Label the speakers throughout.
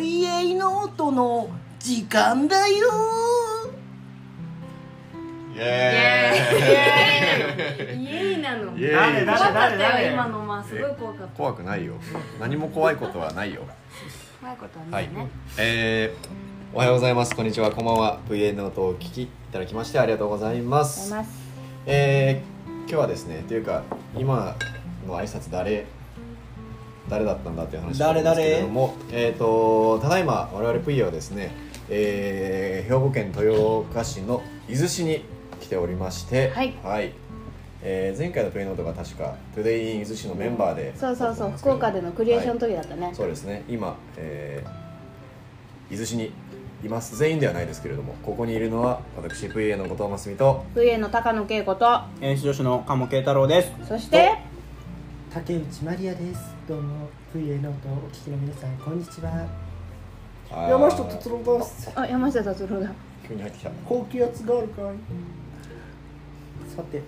Speaker 1: イエイノートの時間だよ
Speaker 2: イ
Speaker 3: イエ
Speaker 2: エ
Speaker 3: ーイイエーイなの
Speaker 2: ーイ
Speaker 3: イエー
Speaker 2: エーイ
Speaker 3: イなの怖
Speaker 4: 誰
Speaker 3: かった
Speaker 4: 誰
Speaker 3: よ
Speaker 4: 誰
Speaker 3: 今のまあすごい怖かった
Speaker 2: 怖くないよ何も怖いことはないよ
Speaker 3: 怖いことは
Speaker 2: は
Speaker 3: ないいね、
Speaker 2: えー、おはようございますこんにちはこんばんは VN の音をお聞きいただきましてありがとうございます
Speaker 3: ます
Speaker 2: えー、今日はですねというか今の挨拶誰誰だったんだっていう話なんですけれどもえー、とただいま我々プイエはですね、えー、兵庫県豊岡市の伊豆市に来ておりまして
Speaker 3: はい
Speaker 2: えー前回のプイエの音が確か「トゥデイイン伊豆市のメンバーで
Speaker 3: そうそうそう福岡でのクリエーションの
Speaker 2: と
Speaker 3: 時だったね、
Speaker 2: そうですね今、えー伊豆市にいます全員ではないですけれどもここにいるのは私 VA の後藤真澄と
Speaker 3: 冬への高野恵子と
Speaker 4: 演出助手の鴨慶太郎です
Speaker 3: そして
Speaker 5: 竹内まりやですどうも VA ノートをお聞きの皆さんこんにちは山下達郎です
Speaker 3: あ山下達郎だ
Speaker 2: 急に入ってきた
Speaker 5: 高気圧があるかいさて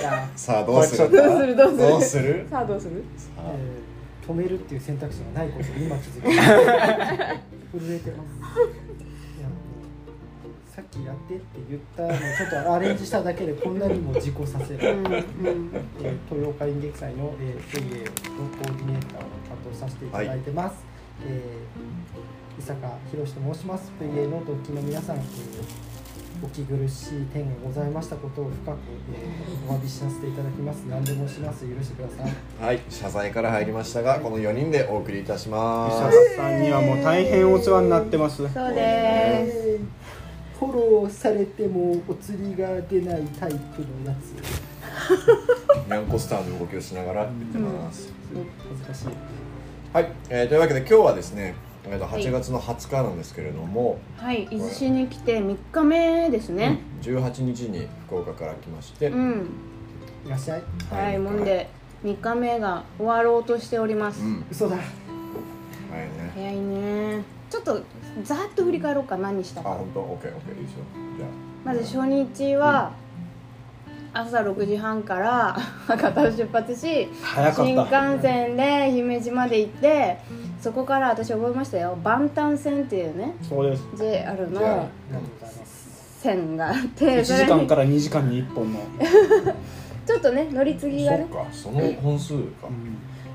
Speaker 5: いや、
Speaker 2: さあどうする
Speaker 3: どうするどうする
Speaker 2: どうする
Speaker 3: さあどうする
Speaker 2: さ
Speaker 5: え
Speaker 2: あ
Speaker 5: ー止めるっていう選択肢がないことに今気づきました震えてますいやもうさっきやってって言ったのをちょっとアレンジしただけでこんなにも事故させ
Speaker 3: う
Speaker 5: る
Speaker 3: んうん
Speaker 5: えー、東洋会演劇祭の、えー、水泳のコーディネーターを担当させていただいてます、えー伊坂宏と申します水泳の時の皆さん、えーお気苦しい点がございましたことを深く、えーお詫びさせていただきます何でもします許してくだ さい
Speaker 2: はい謝罪から入りましたがこの4人でお送りいたしま
Speaker 4: 伊
Speaker 2: す
Speaker 4: 坂さんにはもう大変お世話になってます
Speaker 3: そうで
Speaker 5: フォローされてもお釣りが出ないタイプのやつ
Speaker 2: ニャンコスターの動きをしながらやってます、
Speaker 5: 恥ずかしい
Speaker 2: はい、えーというわけで今日はですねえーと8月の20日なんですけれども、
Speaker 3: すはい伊豆市に来て3日目ですね
Speaker 2: 18日に福岡から来まして、
Speaker 3: うん、
Speaker 5: いらっしゃい
Speaker 3: はいもんで3日目が終わろうとしております、
Speaker 2: うん
Speaker 5: 嘘だ
Speaker 2: はいね
Speaker 3: 早いねちょっとざーっと振り返ろうか何した
Speaker 2: あ
Speaker 3: か
Speaker 2: 本当オッケーオッケーいいですよじゃあ
Speaker 3: まず初日は朝6時半から 博多を出発し
Speaker 4: 早か
Speaker 3: 新
Speaker 4: った
Speaker 3: 幹線で姫路まで行ってそこから私覚えましたよ万端線っていうね
Speaker 4: そうです
Speaker 3: JR
Speaker 2: じゃあ
Speaker 3: の
Speaker 5: ありがとうございます
Speaker 3: 線があって
Speaker 4: 1
Speaker 3: そ
Speaker 4: 時
Speaker 3: れ
Speaker 4: 間
Speaker 3: に
Speaker 4: から2時間に1本の、
Speaker 3: ちょっとね乗り継ぎが
Speaker 2: そっ
Speaker 3: ね
Speaker 2: かその本数か、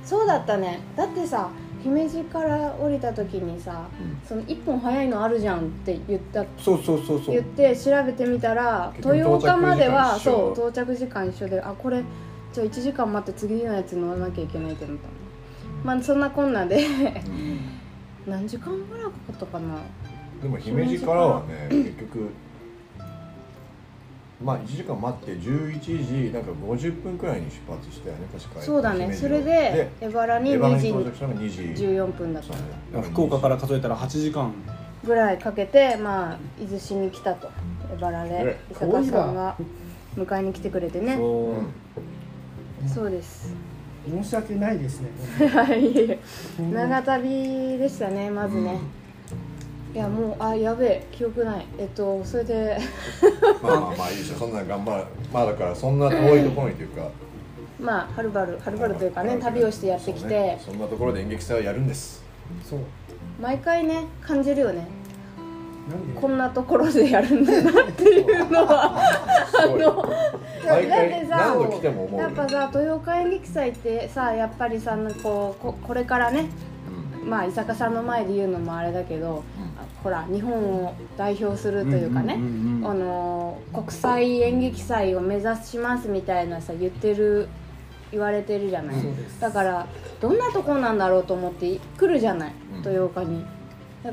Speaker 3: そうだったねだってさ姫路から降りた時にさ「その1本早いのあるじゃん」って言った
Speaker 4: そうそうそうそ
Speaker 3: 言っ
Speaker 4: う
Speaker 3: て調べてみたら
Speaker 2: 結局
Speaker 3: 豊岡までは
Speaker 2: 到着時間一緒
Speaker 3: そう到着時間一緒であこれじゃあ1時間待って次のやつ乗らなきゃいけないってなったのまあそんなこんなで 何時間ぐらいかかったかな
Speaker 2: でも姫路からはね結局まあ1時間待って11時なんか50分くらいに出発したよね確か
Speaker 3: そうだね
Speaker 2: 姫路を
Speaker 3: それで江原
Speaker 2: で
Speaker 3: に
Speaker 2: 江原
Speaker 3: 2
Speaker 2: に
Speaker 3: 時
Speaker 2: 到着したのが2時
Speaker 3: 14分だった
Speaker 2: そうね
Speaker 4: 福岡から数えたら8時間
Speaker 3: ぐらいかけてまあ伊豆市に来たと江原で
Speaker 2: え
Speaker 3: 伊坂さんが迎えに来てくれてね
Speaker 4: そう
Speaker 3: そうです
Speaker 5: 申し訳ない ですね
Speaker 3: はいいえいえ長旅でしたねまずね、いやもうあやべえ記憶ないえっとそれで
Speaker 2: まあまあまあいいでしょそんな頑張るまあだからそんな遠いところにというか
Speaker 3: まあはるばるはるばるというか
Speaker 2: ま
Speaker 3: ね
Speaker 2: あ
Speaker 3: 旅をしてやってき
Speaker 2: そ
Speaker 3: て、
Speaker 2: うねそんなところで演劇祭をやるん です
Speaker 5: そう
Speaker 3: 毎回ね感じるよね
Speaker 5: なんで
Speaker 3: こんなところでやるんだなっていうのは
Speaker 2: すごい毎
Speaker 3: だって
Speaker 2: 回
Speaker 3: さ
Speaker 2: 何度来ても思う
Speaker 3: や
Speaker 2: よ
Speaker 3: っぱさ豊岡演劇祭ってさやっぱりさこうここれからねまあ伊坂さんの前で言うのもあれだけど、あほら日本を代表するというかね、
Speaker 4: んんうん
Speaker 3: あのー国際演劇祭を目指しますみたいなさ言ってる言われてるじゃない
Speaker 5: そうです
Speaker 3: だからどんなとこなんだろうと思って来るじゃない
Speaker 2: うん
Speaker 3: 豊岡にだ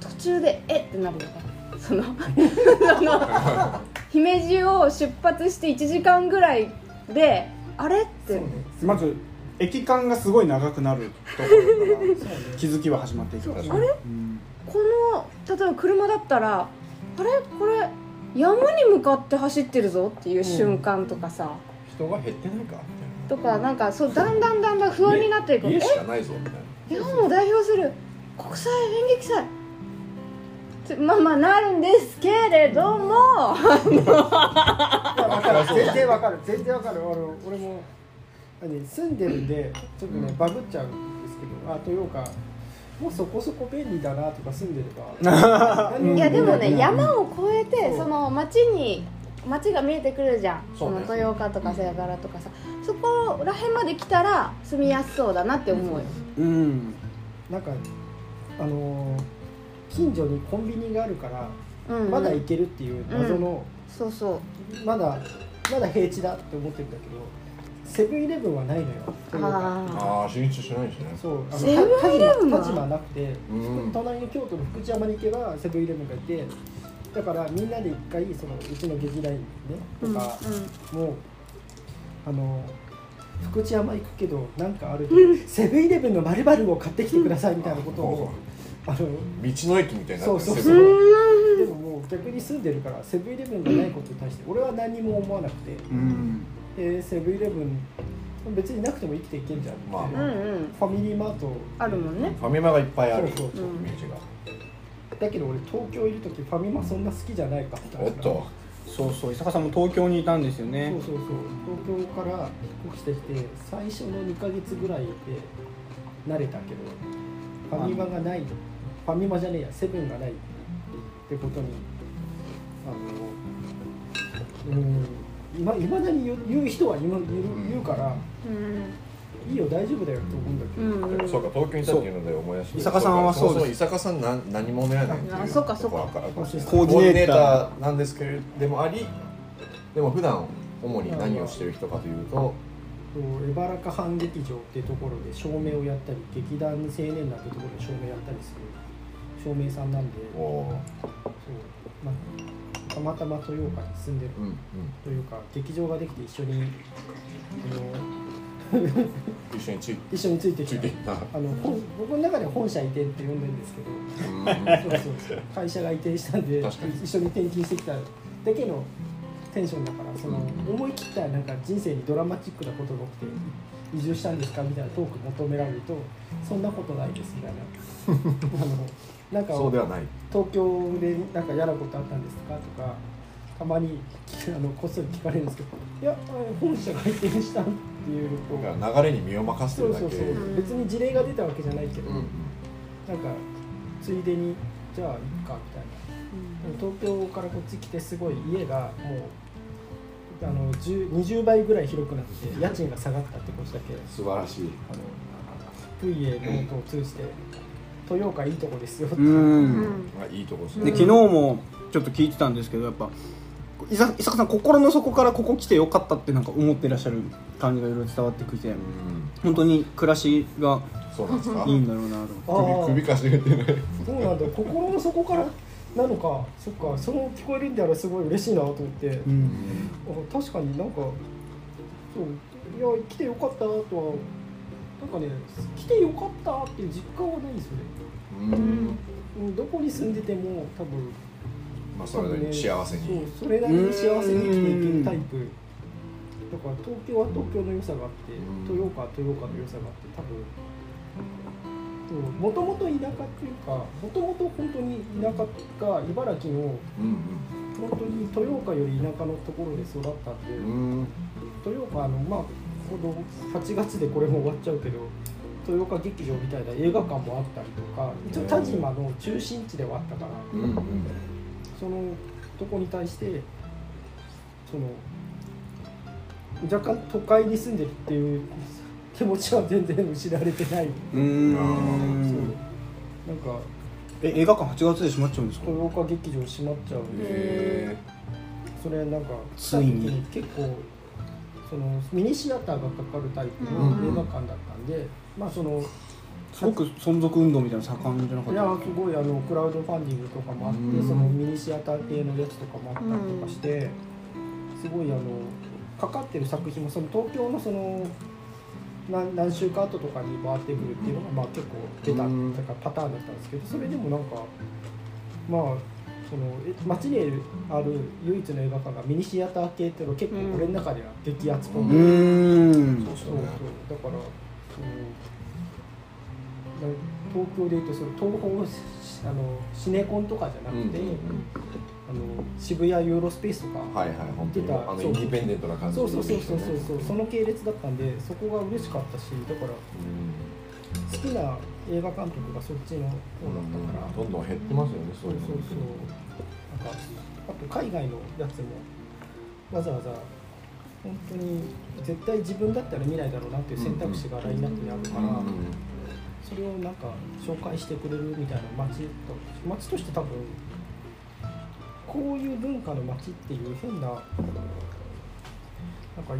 Speaker 3: 途中でえってなるよねそのその姫路を出発して1時間ぐらいであれって
Speaker 4: まず駅間がすごい長くなるところから気づきは始まっていくからね
Speaker 3: あれ
Speaker 4: うん
Speaker 3: この例えば車だったらあれこれ山に向かって走ってるぞっていう瞬間とかさ、
Speaker 2: 人が減ってないかみたいな
Speaker 3: とかなんかそうだんだんだんだん不安になっていく
Speaker 2: 家
Speaker 3: え
Speaker 2: 家しかないぞみたいな
Speaker 3: 日本を代表する国際演劇祭つまあまあなるんですけれども
Speaker 5: わかる全然わかる 全然わかるあの俺も何住んでるんでちょっとねバグっちゃうんですけどあ豊岡もうそこそこ便利だなとか住んでれ ば
Speaker 3: いやでもね、
Speaker 4: うん
Speaker 3: 山を越え
Speaker 5: そ
Speaker 3: て
Speaker 5: う
Speaker 3: その町に町が見えてくるじゃん
Speaker 2: そ
Speaker 3: そうの
Speaker 2: ね
Speaker 3: 豊岡とかせやからとかさそこら辺まで来たら住みやすそうだなって思うよ
Speaker 4: うん
Speaker 5: なんかあのー近所にコンビニがあるから
Speaker 3: うんうん
Speaker 5: まだ行けるっていう謎の、
Speaker 3: そうそう
Speaker 5: まだまだ平地だって思ってるんだけどセブンイレブンはないのよ豊岡
Speaker 3: あ
Speaker 2: ああ進出しないんですね
Speaker 5: そうあの
Speaker 3: セブンイレブンは
Speaker 5: 立場なくて
Speaker 2: うん
Speaker 5: 隣の京都の福知山に行けばセブンイレブンがいてだからみんなで一回そのうちの劇団員ね
Speaker 3: あ
Speaker 5: とか、もうあの福知山行くけどなんかあるとセブンイレブンのまるを買ってきてくださいみたいなことをあの
Speaker 2: 道の駅みたいにな
Speaker 5: そ
Speaker 2: っ
Speaker 5: う
Speaker 2: て
Speaker 5: そう
Speaker 2: る
Speaker 5: そう
Speaker 2: セブン
Speaker 5: でももう逆に住んでるからセブンイレブンがないことに対して俺は何も思わなくて
Speaker 4: うん
Speaker 5: でセブンイレブン別になくても生きていけんじゃんって、
Speaker 2: まあ
Speaker 3: うんうん
Speaker 5: ファミリーマート
Speaker 3: あるもんね
Speaker 2: ファミマがいっぱいある
Speaker 5: そうそう
Speaker 3: そう
Speaker 2: イメージが
Speaker 5: だけど俺東京いる時ファミマそんな好きじゃないかって
Speaker 2: おっと
Speaker 4: そうそう伊坂さんも東京にいたんですよ
Speaker 5: そ
Speaker 4: ね
Speaker 5: うそうそう東京から引っ越してきて最初の2ヶ月ぐらいで慣れたけどファミマがないファミマじゃねえやセブンがないってことにあのうんいまだに言う言う人は言う言う言うから
Speaker 3: うん
Speaker 5: いいよ大丈夫だよと思うんだけ
Speaker 3: う
Speaker 5: ど、
Speaker 3: んうん
Speaker 2: そうか東京にいたっていうので思い出して
Speaker 4: 伊坂さんはそうです
Speaker 2: 伊坂さんなん何者やねんってい
Speaker 3: あそうかそうか
Speaker 2: ところら
Speaker 5: そうそう
Speaker 2: コ
Speaker 4: コ
Speaker 2: ーディ
Speaker 4: ーディ
Speaker 2: ネ
Speaker 4: ネ
Speaker 2: ー
Speaker 4: ー
Speaker 2: タ
Speaker 4: タ
Speaker 2: ーなんですけれどもありでも普段主に何をしてる人かというと
Speaker 5: とエバラカ半劇場っていうところで照明をやったり劇団青年団っていうところで照明やったりする照明さんなんでそう、
Speaker 2: おー
Speaker 5: まあ、たまたま豊岡に住んでる
Speaker 2: うんうん
Speaker 5: というか劇場ができて一緒にあの
Speaker 2: 一緒につい
Speaker 5: 一緒について
Speaker 2: つ
Speaker 5: き
Speaker 2: いてい
Speaker 5: て
Speaker 2: った
Speaker 5: あの本僕の中で本社移転って呼んでるんですけど
Speaker 2: うん
Speaker 5: そうそうそう会社が移転したんで
Speaker 2: 確かに
Speaker 5: 一緒に転勤してきただけのテンションだからその
Speaker 2: うん
Speaker 5: 思い切ったなんか人生にドラマチックなことが起きて移住したんですかみたいなトーク求められるとそんなことないですみたいなあのなんか
Speaker 2: そうではない
Speaker 5: 東京でなんか嫌なことあったんですかとかたまに聞くあのこっそり聞かれるんですけどいや本社が移転したっていうと
Speaker 2: なんか流れに身を任せ
Speaker 5: そう
Speaker 2: てるだけ
Speaker 5: そうそう
Speaker 3: うん
Speaker 5: 別に事例が出たわけじゃないけど、
Speaker 2: うんうん
Speaker 5: なんかついでにじゃあいっかみたいなでも東京からこっち来てすごい家がもうあの10 20倍ぐらい広くなって家賃が下がったってことだけ
Speaker 2: 素晴らしい
Speaker 5: あのプイエノートを通じて豊岡いいとこですよって、
Speaker 4: うん
Speaker 2: まあいいとこです
Speaker 4: で
Speaker 2: ね
Speaker 4: 昨日もちょっと聞いてたんですけどやっぱ伊坂伊坂さん心の底からここ来てよかったってなんか思ってらっしゃる感じがいろいろ伝わってきて
Speaker 2: うん
Speaker 4: 本当に暮らしが
Speaker 2: そうなんですか
Speaker 4: いいんだろうなと
Speaker 5: あー
Speaker 2: 首首かしげてない
Speaker 5: そうなんだ心の底からなのかそっかそう聞こえるんであれすごい嬉しいなと思って、あ
Speaker 4: うん
Speaker 5: 確かになんかそういや来てよかったとはなんかね来てよかったっていう実感はないんですよね
Speaker 2: うん
Speaker 5: うんどこに住んでても多分
Speaker 2: まあそれなりに幸せに
Speaker 5: そうそれなりに幸せに生きていけるタイプだから東京は東京の良さがあって
Speaker 2: うん
Speaker 5: 豊岡は豊岡の良さがあって多分もともと田舎っていうかもともと本当に田舎が茨城の
Speaker 2: うん
Speaker 5: 本当に豊岡より田舎のところで育ったんで、
Speaker 2: うんうん
Speaker 5: 豊岡あのまあこの8月でこれも終わっちゃうけど豊岡劇場みたいな映画館もあったりとか一応田島の中心地ではあったから
Speaker 2: うんうん
Speaker 5: そのとこに対してその若干都会に住んでるっていう気持ちは全然失われてない、
Speaker 4: う
Speaker 5: そうんなんか
Speaker 4: え映画館8月で閉まっちゃうんですか
Speaker 5: 豊岡劇場閉まっちゃう
Speaker 2: へ
Speaker 5: それなんか
Speaker 4: ついに
Speaker 5: 来た時結構そのミニシアターがかかるタイプ
Speaker 2: う
Speaker 5: の
Speaker 2: ん
Speaker 5: 映画館だったんで、まあその
Speaker 4: すごく存続運動みたいなの盛んじゃなか
Speaker 5: い
Speaker 4: っ
Speaker 5: や
Speaker 4: た
Speaker 5: すごいあのクラウドファンディングとかもあって、
Speaker 2: うん
Speaker 5: そのミニシアター系のやつとかもあったりとかして、すごいあのかかってる作品もその東京のその何何週か後とかに回ってくるっていうのが、まあ、結構出た
Speaker 2: うん
Speaker 5: だからパターンだったんですけどそれでもなんかまあそのえ街にある唯一の映画館がミニシアター系っていうのは結構
Speaker 3: うん
Speaker 5: 俺の中では激アツコン
Speaker 4: う
Speaker 5: テンツ
Speaker 4: ん
Speaker 5: そうそうだからそのなん東京でいうとその東宝しあのシネコンとかじゃな
Speaker 2: うんう
Speaker 5: くて、
Speaker 2: ん
Speaker 5: あの渋谷ユーロスペースとか、
Speaker 2: はいはい本当に
Speaker 5: 出た
Speaker 2: あのイ
Speaker 5: そう
Speaker 2: ンディペンデントな感じ
Speaker 5: そうそうそう
Speaker 2: です
Speaker 5: そう
Speaker 2: よ
Speaker 5: そう
Speaker 2: ね
Speaker 5: そうその系列だったんでそこが嬉しかったしだから
Speaker 2: うん
Speaker 5: 好き好きな映画監督がそっちの方だったから、
Speaker 2: どんどん減ってますよねそ
Speaker 5: そうう
Speaker 2: いうの
Speaker 5: そうそうなんかあと海外のやつもわざわざ本当に絶対自分だったら見ないだろうなっていう選択肢がラインナップにあるから、それをなんか紹介してくれるみたいな街と街として多分こういう文化の街っていう変ななんか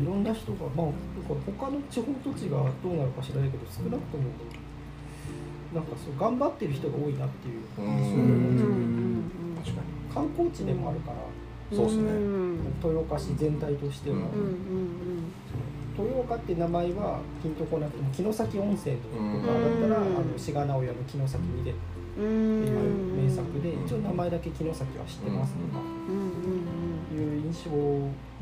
Speaker 5: いろんな人がまあ他の地方土地がどうなるか知らないけど少なくともなんかそう頑張ってる人が多いなっていう印象を
Speaker 3: うん
Speaker 5: 持
Speaker 3: う
Speaker 5: ち
Speaker 2: 確か
Speaker 3: ん
Speaker 2: に
Speaker 5: 観光地でもあるから
Speaker 3: うん
Speaker 2: そうっすね
Speaker 3: うん
Speaker 5: 豊岡市全体としては、
Speaker 2: うん
Speaker 3: うんうん
Speaker 5: 豊岡って名前はピンとこなくても城崎温泉とかだったら、
Speaker 3: うん
Speaker 5: あの志賀直哉の城崎にで
Speaker 3: うんう
Speaker 5: っていう
Speaker 3: ん
Speaker 5: 名作で、
Speaker 2: うん
Speaker 5: 一応名前だけ城崎は知ってますとか
Speaker 3: うんうん
Speaker 5: いう印象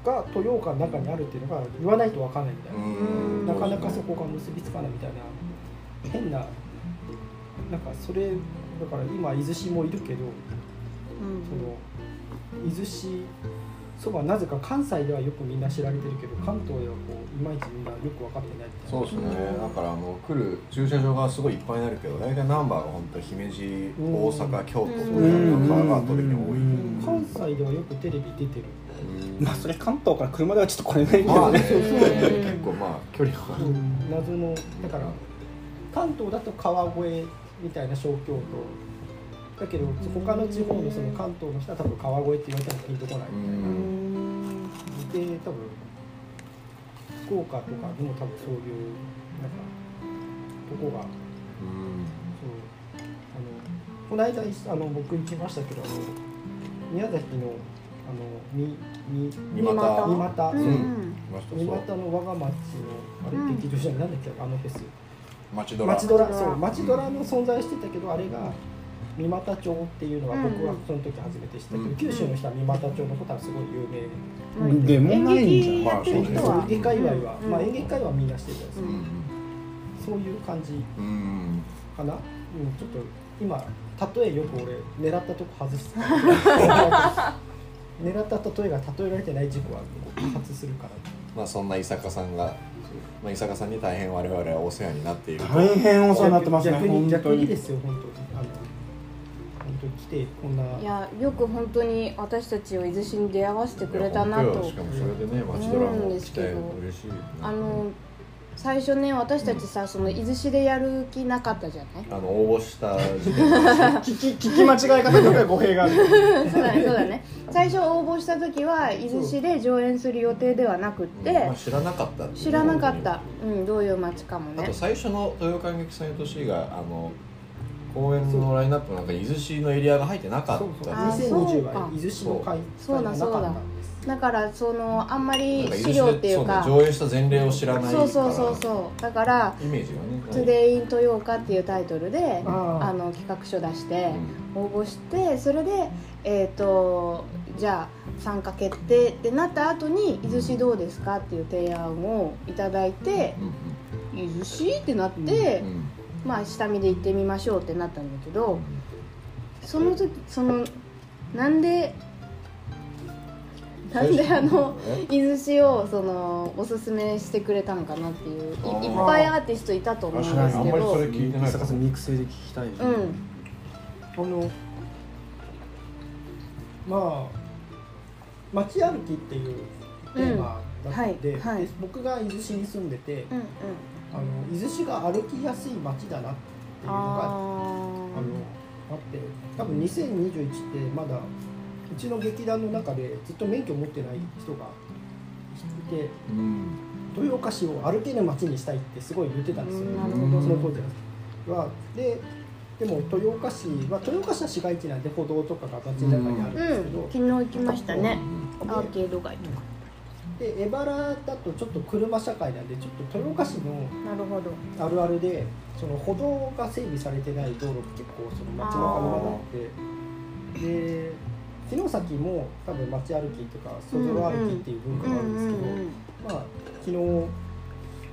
Speaker 5: が豊岡の中にあるっていうのが言わないとわかんないみたいな、
Speaker 3: うん
Speaker 5: なかなかそこが結びつかないみたいな変ななんかそれだから今伊豆市もいるけど
Speaker 3: うん
Speaker 5: その伊豆市そばなぜか関西ではよくみんな知られてるけど関東ではこういまいちみんなよく分かってないみたいな
Speaker 2: そうですねだからあの来る駐車場がすごいいっぱいになるけど大体ナンバーが本当姫路
Speaker 5: うん
Speaker 2: 大阪京都そう
Speaker 3: うん
Speaker 2: いうナンバーが圧倒的に多い
Speaker 4: うん
Speaker 5: 関西ではよくテレビ出てる
Speaker 4: まあそれ関東から車ではちょっと来れないけ
Speaker 2: ま
Speaker 4: ど
Speaker 2: あね
Speaker 4: ね
Speaker 2: そうそう
Speaker 3: うん
Speaker 2: 結構まあ距離は
Speaker 5: 謎のだから関東だと川越みたいな小京都だけど他の地方のその関東の人は多分川越って言われてもピンとこないみたいな
Speaker 3: うん
Speaker 5: で多分福岡とかでも多分そういうなんかとこがそうあのこの間いあの僕行きましたけどあの宮崎のあのみみ
Speaker 2: 三股
Speaker 5: 三股
Speaker 3: うん
Speaker 5: 三
Speaker 2: そう
Speaker 5: 股の我が町のあれ劇場じゃないなんだっけあのフェス
Speaker 2: 町ドラ
Speaker 5: 町ドラ
Speaker 3: 町ドラ
Speaker 5: そう町ドラの存在してたけどあれが三股町っていうのは僕はその時初めて知ったけど、
Speaker 2: うん
Speaker 5: 九州の人は三股町のことはすごい有名で、
Speaker 3: うん
Speaker 4: でも
Speaker 3: 演
Speaker 4: ないんじゃん
Speaker 3: 劇やってる人
Speaker 5: そう
Speaker 3: は
Speaker 5: 演劇界隈は、
Speaker 3: うん
Speaker 5: まあ演劇界隈はみんなしてたんです
Speaker 2: う
Speaker 5: よ、
Speaker 2: ん
Speaker 5: そういう感じ
Speaker 2: うんうん
Speaker 5: かな、うん、ちょっと今例えよく俺狙ったとこ外して た狙った例えが例えられてない事故は爆発するから
Speaker 2: まあそんな伊坂さんがまあ伊坂さんに大変我々はお世話になっていると
Speaker 4: 大変お世話になってますね
Speaker 5: 逆に
Speaker 4: 本
Speaker 5: 逆
Speaker 4: 当
Speaker 5: にで
Speaker 4: に
Speaker 5: すよ本当にあの本当に来てこんない
Speaker 3: やよく本当に私たちを伊豆市に出会わせてくれたな
Speaker 2: 本当よ
Speaker 3: と
Speaker 2: しかもそれでね町ドラ
Speaker 3: 思うん
Speaker 2: も
Speaker 3: で
Speaker 2: 来
Speaker 3: す
Speaker 2: て
Speaker 3: けど
Speaker 2: 嬉しいよね
Speaker 3: あの最初ね私たちさその伊豆市でやる気なかったじゃない
Speaker 2: あの応募した事件が
Speaker 4: 聞き聞き間違え方とか語弊がある
Speaker 3: そうだねそうだね最初応募した時は伊豆市で上演する予定 ではなくって
Speaker 2: まあ知らなかったっていう
Speaker 3: 知らなかった、うん、どういう街かも
Speaker 2: あ
Speaker 3: ね
Speaker 2: と最初の豊川劇祭の年があの公演のラインナップなんか伊豆市のエリアが入ってなか
Speaker 5: そう
Speaker 2: っ
Speaker 5: そう
Speaker 2: た
Speaker 3: あー
Speaker 5: 2020
Speaker 3: そう
Speaker 5: は
Speaker 3: か
Speaker 5: 伊豆市の会
Speaker 3: そうだそうだだからそのあんま
Speaker 2: なん
Speaker 3: り
Speaker 2: か伊
Speaker 3: 資
Speaker 2: 豆
Speaker 3: 料
Speaker 2: 市
Speaker 3: って
Speaker 2: で
Speaker 3: い
Speaker 2: そう
Speaker 3: う
Speaker 2: ね
Speaker 3: か
Speaker 2: 上演した前例を知らないから
Speaker 3: そうそうそうそうだから
Speaker 2: イメージ
Speaker 3: 「
Speaker 2: がねない
Speaker 3: Today in 豊岡」っていうタイトルで
Speaker 5: あ
Speaker 3: あの企画書出して応募してそれでえっ、とじゃあ参加決定ってなった後に「伊豆市どうですか?」っていう提案をいただいて
Speaker 2: うん
Speaker 3: 「伊豆市?」ってなって、
Speaker 2: うんうん
Speaker 3: まあ下見で行ってみましょうってなったんだけどその時そのなんでなんであの
Speaker 2: え
Speaker 3: 伊豆市をそのおすすめしてくれたのかなっていういいっ
Speaker 2: あー
Speaker 3: ぱいアーティストいたと思うんですけ
Speaker 2: 確かにあんまりそれ
Speaker 3: ど
Speaker 2: 聞いてない
Speaker 4: 伊坂さん肉声で聞きたい、
Speaker 3: うん
Speaker 5: あのまあ街歩きっていうテーマだったんで,、
Speaker 3: うんはいはい
Speaker 5: で僕が伊豆市に住んでて、
Speaker 3: うんうん
Speaker 5: あの伊豆市が歩きやすい街だなっていうのがあのあ
Speaker 3: あ
Speaker 5: って多分2021ってまだうちの劇団の中でずっと免許持ってない人がいて
Speaker 2: うん
Speaker 5: 豊岡市を歩ける街にしたいってすごい言ってたんですよ、
Speaker 3: うん
Speaker 2: なる
Speaker 5: そ
Speaker 2: ほど
Speaker 5: の当時は。ででも豊岡市は豊岡市は市街地なんで歩道とかが街の中にあるん
Speaker 3: ー
Speaker 5: ですけど、
Speaker 3: うん昨日行きましたねア
Speaker 5: ん
Speaker 3: ーケード街とか
Speaker 5: で荏原だとちょっと車社会なんでちょっと豊岡市の
Speaker 3: なるほど
Speaker 5: あるあるでその歩道が整備されてない道路結構その街中にあってで城崎も多分街歩きとか外路歩きっていう文化があるんですけど、まあ昨日
Speaker 2: 行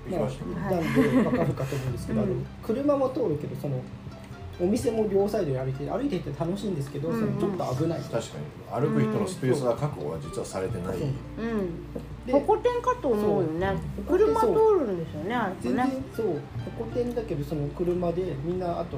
Speaker 2: きましたね
Speaker 5: まあ、行ったんで分かるかと思うんですけど、
Speaker 3: うん
Speaker 5: あの車も通るけどそのお店も両サイドに歩いて歩いていて楽しいんですけど、そのちょっと危ない
Speaker 2: 確かに歩く人のスペースが確保は実はされてな
Speaker 5: う
Speaker 2: い
Speaker 5: ん
Speaker 3: うん
Speaker 5: で
Speaker 3: ホコ天かと思うよね
Speaker 5: そう
Speaker 3: 車通るんですよねあれ
Speaker 5: 全
Speaker 3: ね
Speaker 5: 然そうホコ天だけどその車でみんなあと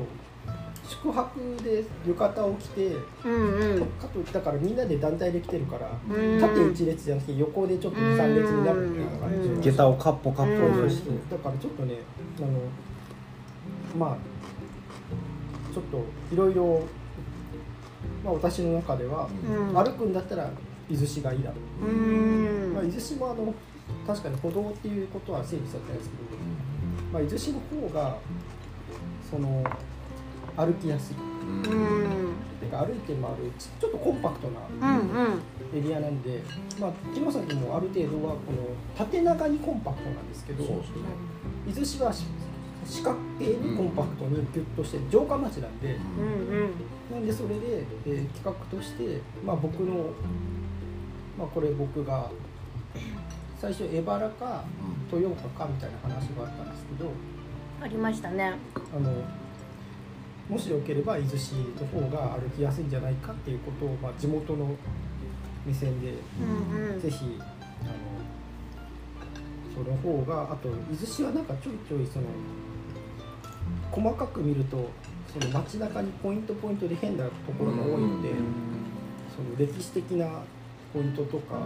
Speaker 5: 宿泊で浴衣を着て
Speaker 3: うんうん
Speaker 5: かとだからみんなで団体で来てるから
Speaker 3: うん
Speaker 5: 縦1列じゃなくて横でちょっと23列になるみたいな感じ
Speaker 3: うん
Speaker 5: で
Speaker 4: 下駄をカッポカッポ
Speaker 3: うん
Speaker 4: 出して、
Speaker 5: だからちょっとねあのまあちょっといろいろまあ私の中では
Speaker 3: うん
Speaker 5: 歩くんだったら伊豆市がいいだろ
Speaker 3: う
Speaker 5: う、まあ、伊
Speaker 3: ん
Speaker 5: 豆市もあの確かに歩道っていうことは整備されてないですけど、まあ、伊豆市の方がその歩きやすい
Speaker 3: うんうん
Speaker 5: てか歩いて回るちちょっとコンパクトな
Speaker 3: うん
Speaker 5: エリアなんで、まあ、城崎もある程度はこの縦長にコンパクトなんですけど
Speaker 2: そうですね
Speaker 5: 伊豆市はし四角形にコンパクトにギュッとして城下町なんで
Speaker 3: うんうん
Speaker 5: なんでそれで、えー企画として、まあ、僕の、まあ、これ僕が最初荏原か豊岡かみたいな話があったんですけど
Speaker 3: ありましたね
Speaker 5: あのもしよければ伊豆市の方が歩きやすいんじゃないかっていうことを、まあ、地元の目線で
Speaker 3: うんうん
Speaker 5: ぜひあのその方があと伊豆市はなんかちょいちょいその細かく見るとその街中にポイントポイントで変なところが多いので、
Speaker 2: うん
Speaker 5: その歴史的なポイントとか、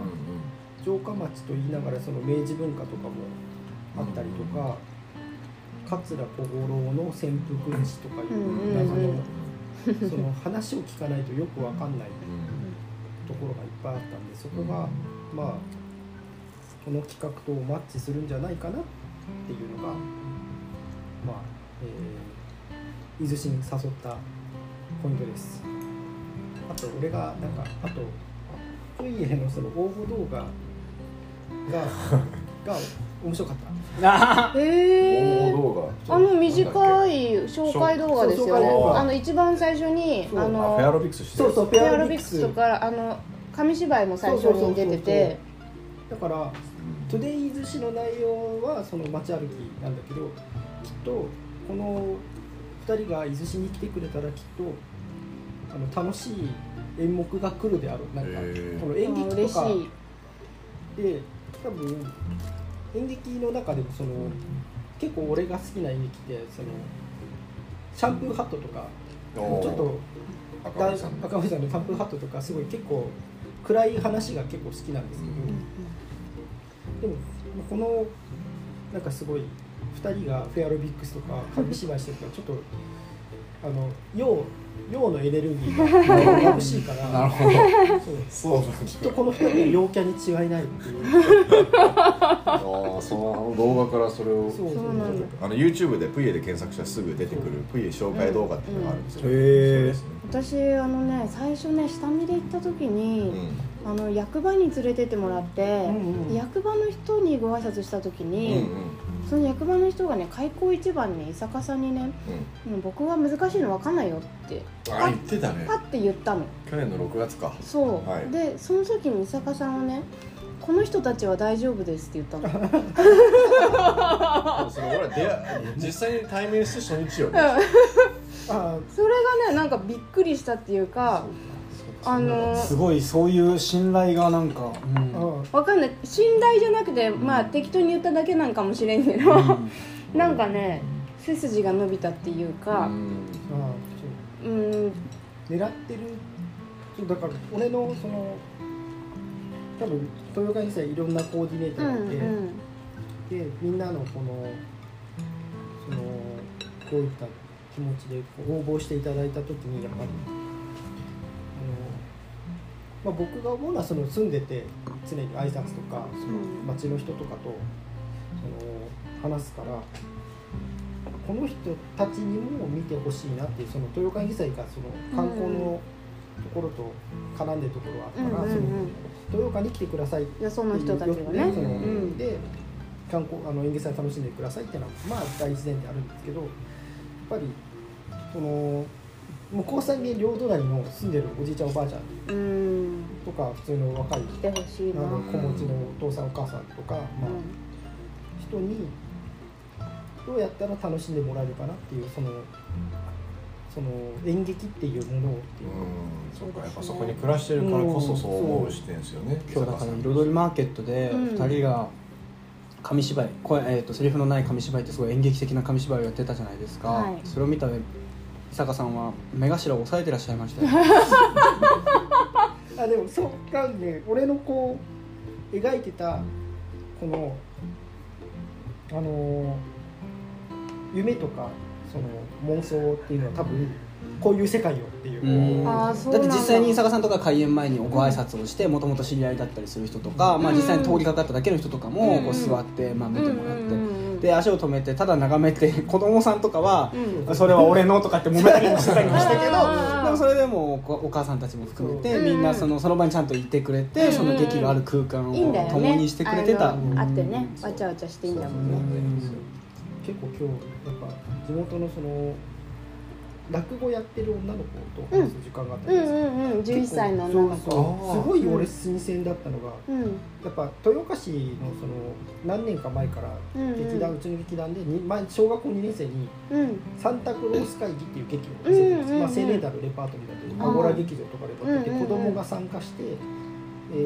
Speaker 5: 城下町と言いながらその明治文化とかもあったりとか、桂小五郎の潜伏軍師とかいう
Speaker 3: うんうん
Speaker 5: 謎
Speaker 3: う
Speaker 5: の
Speaker 3: ん
Speaker 5: その話を聞かないとよくわかんないところがいっぱいあったんでそこがまあこの企画とマッチするんじゃないかなっていうのがまあ、えー伊豆市に誘ったポイントですあと俺がなんかあとトイレのその応募動画がが面白かった
Speaker 2: 応
Speaker 3: え
Speaker 2: 募
Speaker 3: え
Speaker 2: 動画
Speaker 3: あの
Speaker 2: なんだ
Speaker 3: 短
Speaker 2: っ
Speaker 3: い紹介動画ですよ
Speaker 5: そう紹介動
Speaker 3: ね
Speaker 2: 画
Speaker 3: あの一番最初に
Speaker 5: そう
Speaker 3: あ
Speaker 2: けあフェア
Speaker 3: の
Speaker 2: ロビクスして
Speaker 5: そうそう
Speaker 3: ペアロビクスとかあの紙芝居も最初に出てて
Speaker 5: だから
Speaker 2: うん
Speaker 5: トゥデイズ誌の内容はその街歩きなんだけどきっとこの2人が伊豆市に来てくれたらきっとあの楽しい演目が来るであろうなんか
Speaker 2: へー
Speaker 5: この
Speaker 3: う
Speaker 5: 演
Speaker 3: ん
Speaker 5: 劇
Speaker 3: 嬉
Speaker 5: と
Speaker 3: し
Speaker 5: か
Speaker 3: い
Speaker 5: で多分演劇の中でもその結構俺が好きな演劇ってそのシャンプーハットとかち
Speaker 2: おー
Speaker 5: ょっと
Speaker 2: 赤
Speaker 5: だ
Speaker 2: 森さんの
Speaker 5: 赤森さんのシャンプーハットとかすごい結構暗い話が結構好きなんですけど。でもこのなんかすごい2人がフェアロビックスとか紙芝居してるからちょっとあの陽陽のエネルギーが眩しいから
Speaker 2: なるほど
Speaker 5: そう
Speaker 2: そうなんだ
Speaker 5: きっとこの2人は陽キャに違いないっていう
Speaker 2: あーその動画からそれを
Speaker 5: そう
Speaker 3: そうなんだ
Speaker 2: あの YouTube でプイエで検索したらすぐ出てくるプイエ紹介動画っていうのがあるんですよ
Speaker 4: うんへー
Speaker 2: そうですね
Speaker 3: 私あのね最初ね下見で行った時
Speaker 2: う
Speaker 3: に、
Speaker 2: ん
Speaker 3: あの役場に連れてってもらって、
Speaker 5: んうん
Speaker 3: 役場の人にご挨拶した時
Speaker 2: うん
Speaker 3: に、その役場の人がね開口一番に伊坂さんにね
Speaker 2: うんうん
Speaker 3: 「うん僕は難しいの分かんないよ」って
Speaker 2: あ言ってたね
Speaker 3: パッて言ったの
Speaker 2: 去年の6月か
Speaker 3: そう、
Speaker 2: はい
Speaker 3: でその時に伊坂さんはね「この人たちは大丈夫です」って言ったの
Speaker 2: それ俺ら出会実際に対面して初日よね
Speaker 5: あ
Speaker 3: それがねなんかびっくりしたっていうかあの
Speaker 4: すごいそういう信頼がなんか、う
Speaker 5: あ
Speaker 4: ん
Speaker 5: あ
Speaker 3: わかんない信頼じゃなくてまあ適当に言っただけなんかもしれんけど、
Speaker 4: うん
Speaker 3: なんかね背筋が伸びたっていうか
Speaker 2: うん
Speaker 5: あ
Speaker 3: う
Speaker 5: そ
Speaker 3: ん
Speaker 5: う狙ってるそうだから俺のその多分豊岡にさいろんなコーディネータ
Speaker 3: うんう
Speaker 5: ーがいて、
Speaker 3: ん
Speaker 5: でみんなのこのそのこういった気持ちでこう応募していただいた時にやっぱりあの、まあ、僕が思うのはその住んでて常に挨拶とかその
Speaker 3: うん
Speaker 5: 町の人とかとその話すからこの人たちにも見てほしいなっていうその豊川議祭がその観光のところと絡んでるところがあった
Speaker 3: うん
Speaker 5: ら、
Speaker 3: うんう
Speaker 5: その
Speaker 3: ん
Speaker 5: 豊岡に来てください
Speaker 3: よその人たちがね
Speaker 5: その
Speaker 3: うん
Speaker 5: で観光あの演芸祭楽しんでくださいっていうのはまあ大事前提あるんですけどやっぱりその向こう三軒両隣の住んでるおじいちゃんおばあちゃん
Speaker 3: うん
Speaker 5: とか普通の若い
Speaker 3: 来てほしい
Speaker 5: あ
Speaker 3: な、
Speaker 5: の
Speaker 3: う
Speaker 5: 子持ちのお父さんお母さんとか、まあ、
Speaker 3: ん、
Speaker 5: 人にどうやったら楽しんでもらえるかなっていうそのその演劇っていうものをっていう
Speaker 2: うんそっかやっぱそこに暮らしてるからこそそう思うしてんですよね
Speaker 4: 今日だから彩りマーケットで
Speaker 3: うん
Speaker 4: 2人が紙芝居、声えー、とセリフのない紙芝居ってすごい演劇的な紙芝居をやってたじゃないですか、
Speaker 3: はい
Speaker 4: それを見た伊坂さんは目頭を押さえてらっしゃいましたよ
Speaker 5: あでもそうなんで俺のこう描いてたこのあのー夢とかその妄想っていうのは多分こういう世界よっていうう。
Speaker 4: ん
Speaker 3: あーそう
Speaker 4: だ
Speaker 3: な
Speaker 4: っ
Speaker 3: ん
Speaker 4: て
Speaker 3: だ
Speaker 4: 実際に伊坂さんとか開演前にご挨拶をしてもともと知り合いだったりする人とか、まあ、
Speaker 3: うん
Speaker 4: 実際に通りかかっただけの人とかもこう
Speaker 3: うん
Speaker 4: 座って、まあ、見てもらって、
Speaker 3: うんうんうんうん
Speaker 4: で足を止めてただ眺めて子供さんとかは
Speaker 3: う、ん
Speaker 4: それは俺のとかって揉め たりもしてたりもしたけ
Speaker 3: あ
Speaker 4: ど
Speaker 3: ー
Speaker 4: でもそれでもお子お母さんたちも含めて
Speaker 3: そう
Speaker 4: みんなそのその場にちゃんといてくれ
Speaker 3: うんう
Speaker 4: て
Speaker 3: ん
Speaker 4: その劇がある空間
Speaker 3: いいんだよ
Speaker 4: を
Speaker 3: ね
Speaker 4: 共にしてくれてた
Speaker 3: あのあってねわちゃわちゃしていいんだもんね
Speaker 5: 結構今日やっぱ地元のその落語やってる女の子と話す時間があった
Speaker 3: うんん
Speaker 5: ですよ
Speaker 3: うんうん11歳の女の
Speaker 5: そう
Speaker 3: 子
Speaker 5: そう
Speaker 2: あー
Speaker 5: すごい俺新鮮だったのが
Speaker 3: うん
Speaker 5: やっぱ豊岡市のその何年か前から
Speaker 3: うんうん
Speaker 5: 劇団うちの劇団でに前小学校2年生に
Speaker 3: うん
Speaker 5: サンタクロース会議っていう劇を見せてるんです、
Speaker 3: うんうんうん
Speaker 5: まあ、青年団のレパートリーだけど
Speaker 3: あー
Speaker 5: アゴラ劇場とかレパートリーで
Speaker 3: うんうんう
Speaker 5: 子
Speaker 3: ん
Speaker 5: 供が参加して、え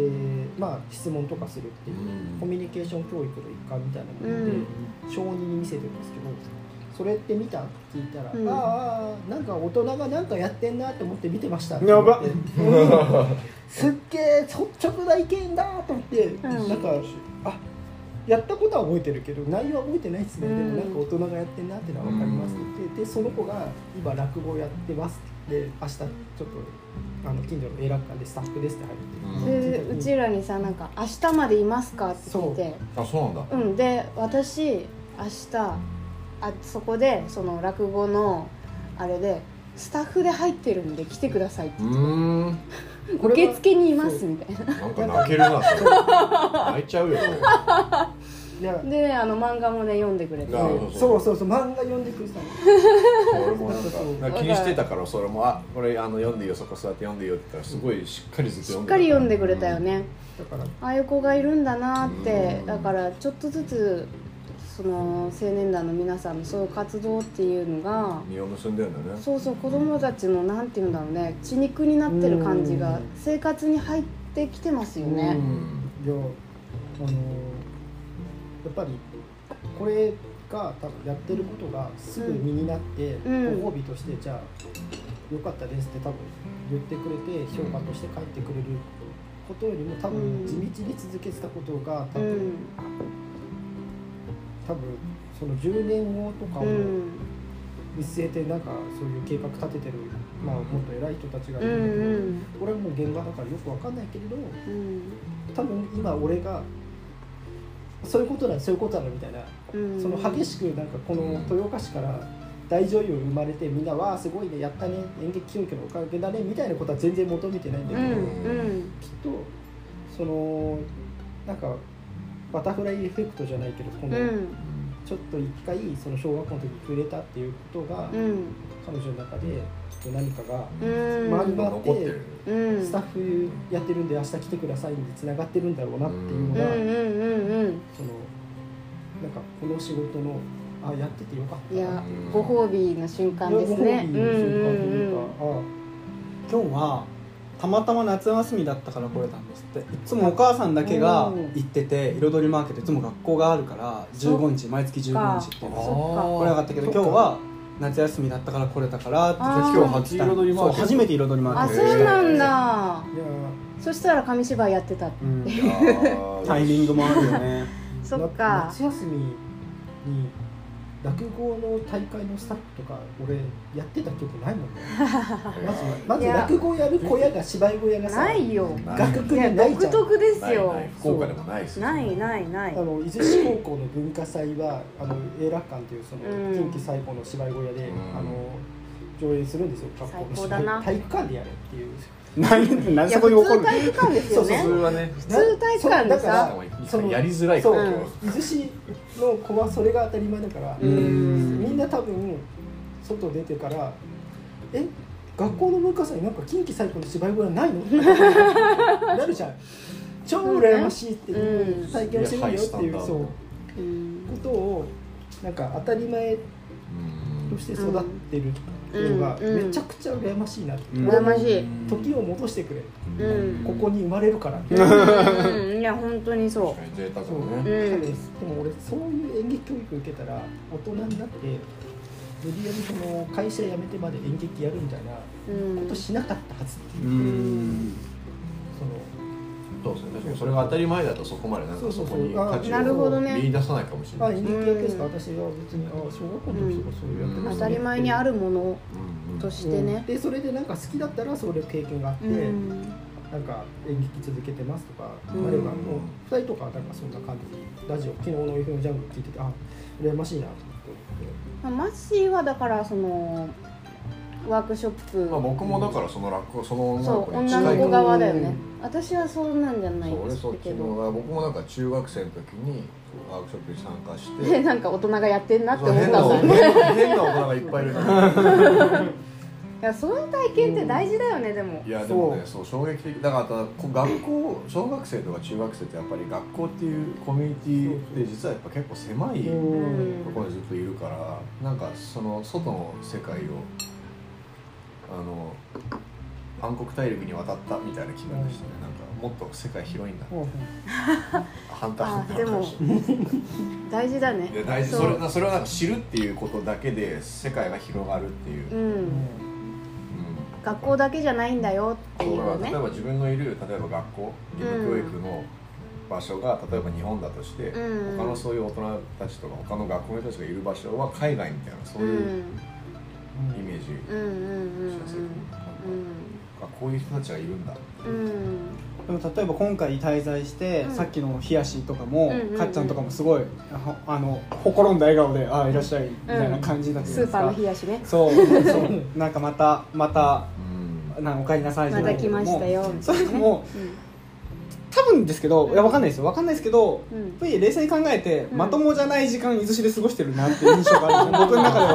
Speaker 5: ーまあ、質問とかするっていうコミュニケーション教育の一環みたいなもので、
Speaker 3: うん
Speaker 5: 小児に見せてるんですけどそれって見たって聞いたら、
Speaker 3: うん
Speaker 5: ああああなんか大人がなんかやってんなって思って見てましたって
Speaker 4: やば
Speaker 5: 言ってすっげえ率直な意見だと思って、
Speaker 3: ん
Speaker 5: なんかあやったことは覚えてるけど内容は覚えてないですね、
Speaker 3: うん
Speaker 5: でもなんか大人がやってんなってのは分かりますって言ってでその子が今落語やってますってで明日ちょっとあの近所の映楽館でスタッフですって入って
Speaker 3: でうちらにさなんか「明日までいますか?」って聞いて
Speaker 2: あそうなんだ
Speaker 3: う、ん、で私明日あそこでその落語のあれでスタッフで入ってるんで来てくださいって
Speaker 2: うーん
Speaker 5: これ
Speaker 3: 受
Speaker 5: は
Speaker 3: 付にいますみたい
Speaker 2: なんか泣けるなそれ泣いちゃうよそれ
Speaker 5: いや
Speaker 3: なでねあの漫画もね読んでくれて
Speaker 2: なるほど
Speaker 5: そうそうそう漫画読んでくれてたの
Speaker 2: 俺もなんかなんか気にしてたからそれもあこれあの読んでいいよそこ座って読んでいいよって言ったらすごいしっかりずっと
Speaker 3: し
Speaker 2: 読
Speaker 3: っ
Speaker 2: んで
Speaker 3: かり読んでくれたよ
Speaker 2: ね
Speaker 3: ね、
Speaker 5: だから
Speaker 3: ああいう子がいるんだなって
Speaker 2: うん
Speaker 3: だからちょっとずつその青年団の皆さんのそういう活動っていうのが
Speaker 2: 実を結んでるんだね
Speaker 3: そうそう子供たちのなんていうんだろうね血肉になってる感じが
Speaker 5: うん
Speaker 3: 生活に入ってきてますよね
Speaker 5: う
Speaker 2: う
Speaker 5: い
Speaker 2: ん
Speaker 5: やあのーやっぱりこれが多分やってることがすぐ身になって、
Speaker 3: うん
Speaker 5: ご褒美としてじゃあよかったですって多分言ってくれて評価として返ってくれることよりも多
Speaker 3: う
Speaker 5: 分
Speaker 3: ん
Speaker 5: 地道に続けてたことが多
Speaker 3: う
Speaker 5: 分,、
Speaker 3: ん
Speaker 5: 多分その10年後とかを
Speaker 3: うん
Speaker 5: 見据えてなんかそういう計画立ててる、まあ、もっと偉い人たちがい
Speaker 3: うん
Speaker 5: るんだけど、
Speaker 3: うん
Speaker 5: これはもう現場だからよくわかんないけれど。
Speaker 3: うん
Speaker 5: 多分今俺がそういうことだそういうことだみたいな、
Speaker 3: うん
Speaker 5: その激しくなんかこの豊岡市から大女優生まれてみんなわあすごいねやったね演劇教育のおかげだねみたいなことは全然求めてないんだ
Speaker 3: う
Speaker 5: けど、
Speaker 3: ん
Speaker 5: きっ
Speaker 3: うん
Speaker 5: とそのなんかバタフライエフェクトじゃないけどこ
Speaker 3: う
Speaker 5: の
Speaker 3: ん
Speaker 5: ちょっと一回その小学校の時に触れたっていうことが
Speaker 3: うん
Speaker 5: 彼女の中できっと何かが
Speaker 3: うん
Speaker 5: 周りが
Speaker 2: 残ってる
Speaker 3: うん
Speaker 5: スタッフやってるんで明日来てくださいにつながってるんだろうなっていうの
Speaker 3: うん
Speaker 5: が。
Speaker 3: うんうんうん
Speaker 5: そのなんかこの仕事のあやっててよかった
Speaker 3: い
Speaker 5: な
Speaker 3: やご褒美の瞬間です
Speaker 5: 喜び
Speaker 3: ね
Speaker 5: の瞬間というか、
Speaker 4: 今日はたまたま夏休みだったから来れたんですっていつもお母さんだけが行ってて彩りマーケットいつも学校があるから15日毎月15日っていうの
Speaker 2: あ
Speaker 4: が
Speaker 2: ー
Speaker 4: 来れなかったけど今日は夏休みだったから来れたからって
Speaker 3: あー
Speaker 4: 今日初彩りマーケットそう初めて彩りマ
Speaker 3: あ
Speaker 4: ーケット
Speaker 3: そうなんだ
Speaker 5: あいや
Speaker 3: そしたら紙芝居やってた
Speaker 4: うん
Speaker 2: いやー
Speaker 4: タイミングもあるよね
Speaker 3: そっ
Speaker 5: な
Speaker 3: か
Speaker 5: 夏休みに落語の大会のスタッフとか俺やってた曲ないもん ねまずまず落語やる小屋が芝居小屋がさ
Speaker 3: ないよ
Speaker 5: 学
Speaker 3: い
Speaker 5: 区
Speaker 3: や
Speaker 5: にないじゃ
Speaker 3: 独
Speaker 5: ん
Speaker 3: 特です
Speaker 2: ない
Speaker 3: よ
Speaker 2: ない福岡でもないです
Speaker 3: ないないない
Speaker 5: あの伊豆市高校の文化祭はあの永楽館というその
Speaker 3: うん
Speaker 5: 近畿最高の芝居小屋で、
Speaker 2: うん
Speaker 5: あの上演するんですよ学校の
Speaker 3: 最高
Speaker 5: 芝
Speaker 3: だ
Speaker 5: 居
Speaker 3: な
Speaker 5: 体育館でやれっていう
Speaker 4: 何何
Speaker 3: い
Speaker 4: で
Speaker 3: や
Speaker 4: そこに
Speaker 3: 普
Speaker 4: 怒
Speaker 3: 通
Speaker 4: るの
Speaker 3: 体育館ですよ
Speaker 2: 普通
Speaker 3: ね
Speaker 2: はね
Speaker 3: 普通体育館で
Speaker 5: だ
Speaker 3: さ
Speaker 5: その
Speaker 2: やりづらい
Speaker 5: そう、
Speaker 2: から
Speaker 3: うん
Speaker 5: 伊豆市の子はそれが当たり前だから、
Speaker 4: うん
Speaker 5: みんな多分外出てから「え学校の文化祭なんか近畿最高の芝居小屋ない の?」なるじゃん超羨ましいっていう
Speaker 3: うん
Speaker 5: 体験をしてみるよってい
Speaker 2: いやハイスタンダー
Speaker 5: う
Speaker 2: ド
Speaker 5: そう
Speaker 3: うん
Speaker 5: ことをなんか当たり前として育ってるっっていうのが
Speaker 3: うんうん
Speaker 5: めちゃくちゃ羨ましいなって、
Speaker 3: 羨ましい
Speaker 5: 時を戻してくれ
Speaker 3: うん
Speaker 5: ここに生まれる からって、
Speaker 3: う
Speaker 5: そうん
Speaker 3: うんいや本当にそ
Speaker 2: 確かに贅沢
Speaker 5: そう
Speaker 2: だね
Speaker 5: 彼でも俺そういう演劇教育受けたら大人になって無理やりその会社辞めてまで演劇やるみたいなこ
Speaker 3: う、うん、
Speaker 5: としなかったはずっていう、
Speaker 4: うん
Speaker 5: その
Speaker 2: そうですね確かにそれが当たり前だとそこまでなんかそこに
Speaker 5: そうそうそう
Speaker 2: 価値
Speaker 3: なるほど
Speaker 2: を
Speaker 3: ね
Speaker 2: 見出さないかもしれ
Speaker 5: ま
Speaker 2: な
Speaker 5: あ
Speaker 2: い
Speaker 5: 演
Speaker 2: し
Speaker 5: 劇だけですか私は別にあ小学校の時とかそういうやってま
Speaker 3: 当
Speaker 5: した
Speaker 3: り前にあるもの
Speaker 2: うんうん
Speaker 3: としてね、
Speaker 5: でそれでなんか好きだったらそれ経験があって、
Speaker 3: うん
Speaker 5: なんか演劇続けてますとか、
Speaker 3: うん
Speaker 5: あればもう2人とかなんかそんな感じラジオ昨日の FM ジャングル聞いててあ羨ましいなと
Speaker 3: まあマッシーはだからそのワークショップ、
Speaker 2: まあ僕もだからその落語その女の
Speaker 3: そ
Speaker 2: 子
Speaker 3: う
Speaker 2: に
Speaker 3: 女
Speaker 2: 近
Speaker 3: の
Speaker 2: い
Speaker 3: 子
Speaker 2: かも
Speaker 3: 側だよね私はそうなんじゃない
Speaker 2: そう俺
Speaker 3: です
Speaker 2: そっち
Speaker 3: け
Speaker 2: の
Speaker 3: ど
Speaker 2: が僕もなんか中学生の時にワークショップに参加し
Speaker 3: で
Speaker 2: て
Speaker 3: なんか大人がやってんなって
Speaker 2: そう
Speaker 3: 思った
Speaker 2: 変
Speaker 3: んだ
Speaker 2: な
Speaker 3: よね
Speaker 2: 変な大人がいっぱいいるな
Speaker 3: いやそういう体験って大事だよねでも
Speaker 2: いやでもねそう衝撃的だからあとこう学校小学生とか中学生ってやっぱり学校っていうコミュニティで実はやっぱ結構狭い
Speaker 5: 思
Speaker 2: と
Speaker 5: って、う
Speaker 3: う
Speaker 5: ん
Speaker 3: ん
Speaker 2: ころにずっといるからなんかその外の世界をあの暗黒大陸に渡ったみたいな気分でしたねなんかもっと世界広いんだ反対
Speaker 3: あでも大事だね
Speaker 2: いや大事
Speaker 3: そう
Speaker 2: それそれはなんか知るっていうことだけで世界が広がるっていう、
Speaker 3: う
Speaker 2: うん
Speaker 3: ん学校だけじゃないんだよってい
Speaker 2: そうだから
Speaker 3: う
Speaker 2: 例え
Speaker 3: ね
Speaker 2: ば自分のいる例えば学校義務教育の場所が例えば日本だとして、
Speaker 3: うん
Speaker 2: 他のそういう大人たちとか他の学校の人たちがいる場所は海外みたいなそう
Speaker 3: う
Speaker 2: いうんイメージし
Speaker 3: うんうんうん
Speaker 2: やすい、なんか
Speaker 3: う
Speaker 2: あこういう人たちがいるんだ
Speaker 3: んうん
Speaker 4: でも例えば今回滞在して、
Speaker 3: うん
Speaker 4: さっきのひやしとか
Speaker 3: う
Speaker 4: も、
Speaker 3: んうんうん
Speaker 4: かっちゃんとかもすごいああのほころんだ笑顔で「あいらっしゃい」みたいな感じだったじ
Speaker 3: ス
Speaker 4: ゃないで
Speaker 3: ー
Speaker 4: す
Speaker 3: パ
Speaker 4: か、
Speaker 3: ーの冷やしね
Speaker 4: そうそうなんかまたまた
Speaker 2: うん
Speaker 4: なんお帰りなさいじゃ
Speaker 3: ま
Speaker 4: な
Speaker 3: た
Speaker 4: いけ
Speaker 3: 来
Speaker 4: ど
Speaker 3: ま
Speaker 4: も
Speaker 3: したよみ
Speaker 4: そ
Speaker 3: たい
Speaker 4: れ
Speaker 3: なね
Speaker 4: も多分ですけどいやわかんないですよわかんないですけど、
Speaker 3: うん
Speaker 4: やっぱり冷静に考えて、
Speaker 3: うん
Speaker 4: まともじゃない時間伊豆市で過ごしてるなっていう印象があるんですよ僕の中で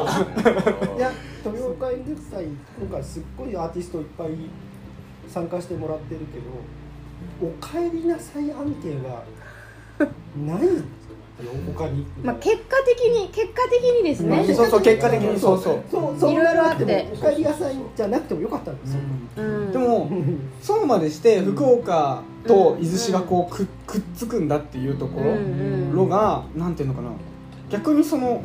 Speaker 4: は
Speaker 5: いや豊岡演劇祭今回すっごいアーティストいっぱい参加してもらってるけど「おかえりなさい」案件はないよ他に、
Speaker 3: まあ結果的に結果的にですね
Speaker 4: そうそう結果的にそうそう、
Speaker 5: そうそん
Speaker 3: いろいろあ
Speaker 5: な
Speaker 3: っ
Speaker 5: で
Speaker 3: て
Speaker 5: も「おかえりなさい」じゃなくてもよかったんですよ、
Speaker 3: うん
Speaker 4: でもそうまでして福岡と伊豆市がこうくくっつくんだっていうとこ
Speaker 3: う
Speaker 4: ろ、
Speaker 3: んうん
Speaker 4: のがなんていうのかな逆にその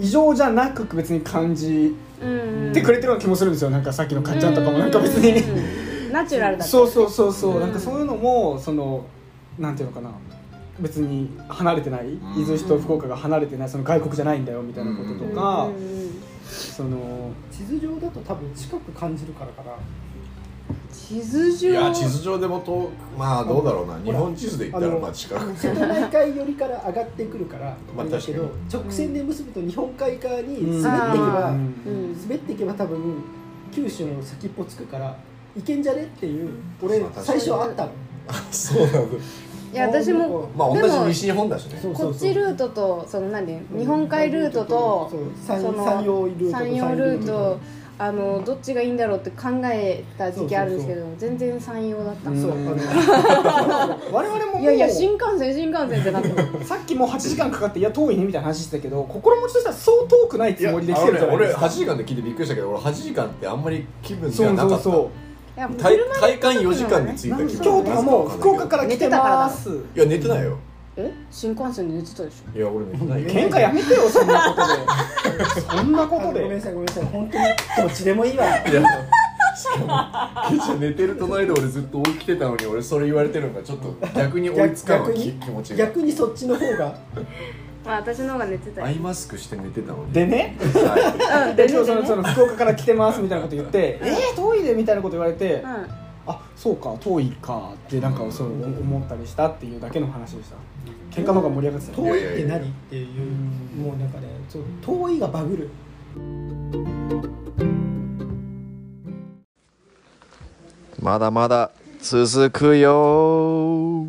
Speaker 4: 異常じゃなく別に感じ
Speaker 3: うんうん
Speaker 4: てくれてるような気もするんですよなんかさっきのかっちゃんとかもなんか別に
Speaker 3: うんうんうんナチュラルだった
Speaker 4: そうそうそうそううんなんかそういうのもそのなんていうのかな別に離れてない
Speaker 2: ん
Speaker 4: 伊豆市と福岡が離れてないその外国じゃないんだよみたいなこととか
Speaker 3: うんうんうん
Speaker 4: その
Speaker 5: 地図上だと多分近く感じるからかな
Speaker 3: 地図
Speaker 2: い
Speaker 3: 上
Speaker 2: や地図上でも遠くまあどうだろうな日本地図で言ったらまあ近く
Speaker 5: 瀬戸内海寄りから上がってくるから
Speaker 2: まあ
Speaker 5: だけど直線で結ぶと日本海側に滑っていけば、
Speaker 3: うう
Speaker 4: うん
Speaker 3: ん
Speaker 5: 滑っていけば多分九州の先っぽつくからいけんじゃねっていう俺
Speaker 2: まあ確か
Speaker 5: 最
Speaker 2: に
Speaker 5: 初あったの
Speaker 2: そうなの
Speaker 3: いや私も
Speaker 2: まあ
Speaker 3: で
Speaker 2: 同
Speaker 3: も
Speaker 2: じ西日本だしね
Speaker 5: そう
Speaker 3: こっちルートとその何日本海ルート
Speaker 5: そ
Speaker 3: と
Speaker 5: う
Speaker 3: そ
Speaker 5: 山
Speaker 3: の
Speaker 5: 山陽ルートと
Speaker 3: 山陽ルートあのどっちがいいんだろうって考えた時期あるんですけど全然山陽だった
Speaker 5: そうあ
Speaker 4: うん
Speaker 5: の
Speaker 4: 我々ももう
Speaker 3: いやいや新幹線新幹線ってなって
Speaker 4: さっきも8時間かかっていや遠いねみたいな話してたけど心持ちとしてはそう遠くない
Speaker 2: い
Speaker 4: つ
Speaker 2: や
Speaker 4: もりで来てるじゃないで
Speaker 2: 俺
Speaker 4: すか
Speaker 2: 8時間で聞いてびっくりしたけど俺8時間ってあんまり気分じ
Speaker 4: そ
Speaker 2: ゃ
Speaker 4: う
Speaker 2: なかっ
Speaker 4: そう
Speaker 2: た
Speaker 4: そ
Speaker 3: いや
Speaker 2: 体
Speaker 3: 車
Speaker 2: 体感4時間で
Speaker 3: で
Speaker 2: 着
Speaker 4: う
Speaker 2: いたけ
Speaker 4: なん
Speaker 2: ど
Speaker 4: か今日とかもう福岡から来てます
Speaker 2: いや寝てないよ
Speaker 3: え新幹線で寝てたでしょ
Speaker 2: いや俺寝てないよ
Speaker 4: 喧嘩やめてよそんなことでそんな
Speaker 5: あ
Speaker 4: こ
Speaker 5: ご
Speaker 4: と
Speaker 5: めんな
Speaker 4: で
Speaker 5: さいごめんなさい本当にどっちでもいいわ
Speaker 2: いやしかもケイちゃん寝てる隣で俺ずっと起きてたのに俺それ言われてるのがちょっ と逆に追いつかんわ
Speaker 5: 逆
Speaker 2: き
Speaker 5: に
Speaker 2: 気持ちが
Speaker 5: 逆にそっちの方が
Speaker 3: まあ私の方が寝てた
Speaker 2: ア
Speaker 3: よ
Speaker 2: イマスクして寝てたのに
Speaker 4: でね
Speaker 2: は
Speaker 3: うん
Speaker 4: で
Speaker 3: で
Speaker 4: 今
Speaker 3: ね
Speaker 4: 日
Speaker 3: で
Speaker 4: その
Speaker 3: ね
Speaker 4: その福岡から来てますみたいなこと言って「えー、遠いで」みたいなこと言われて「
Speaker 3: うん
Speaker 4: あそうか遠いか」ってなんかそう思ったりしたっていうだけの話でした喧嘩の方が盛り上がってた
Speaker 5: 遠いって何っていうもうなんかねそう遠いがバグる
Speaker 2: いまだまだ続くよ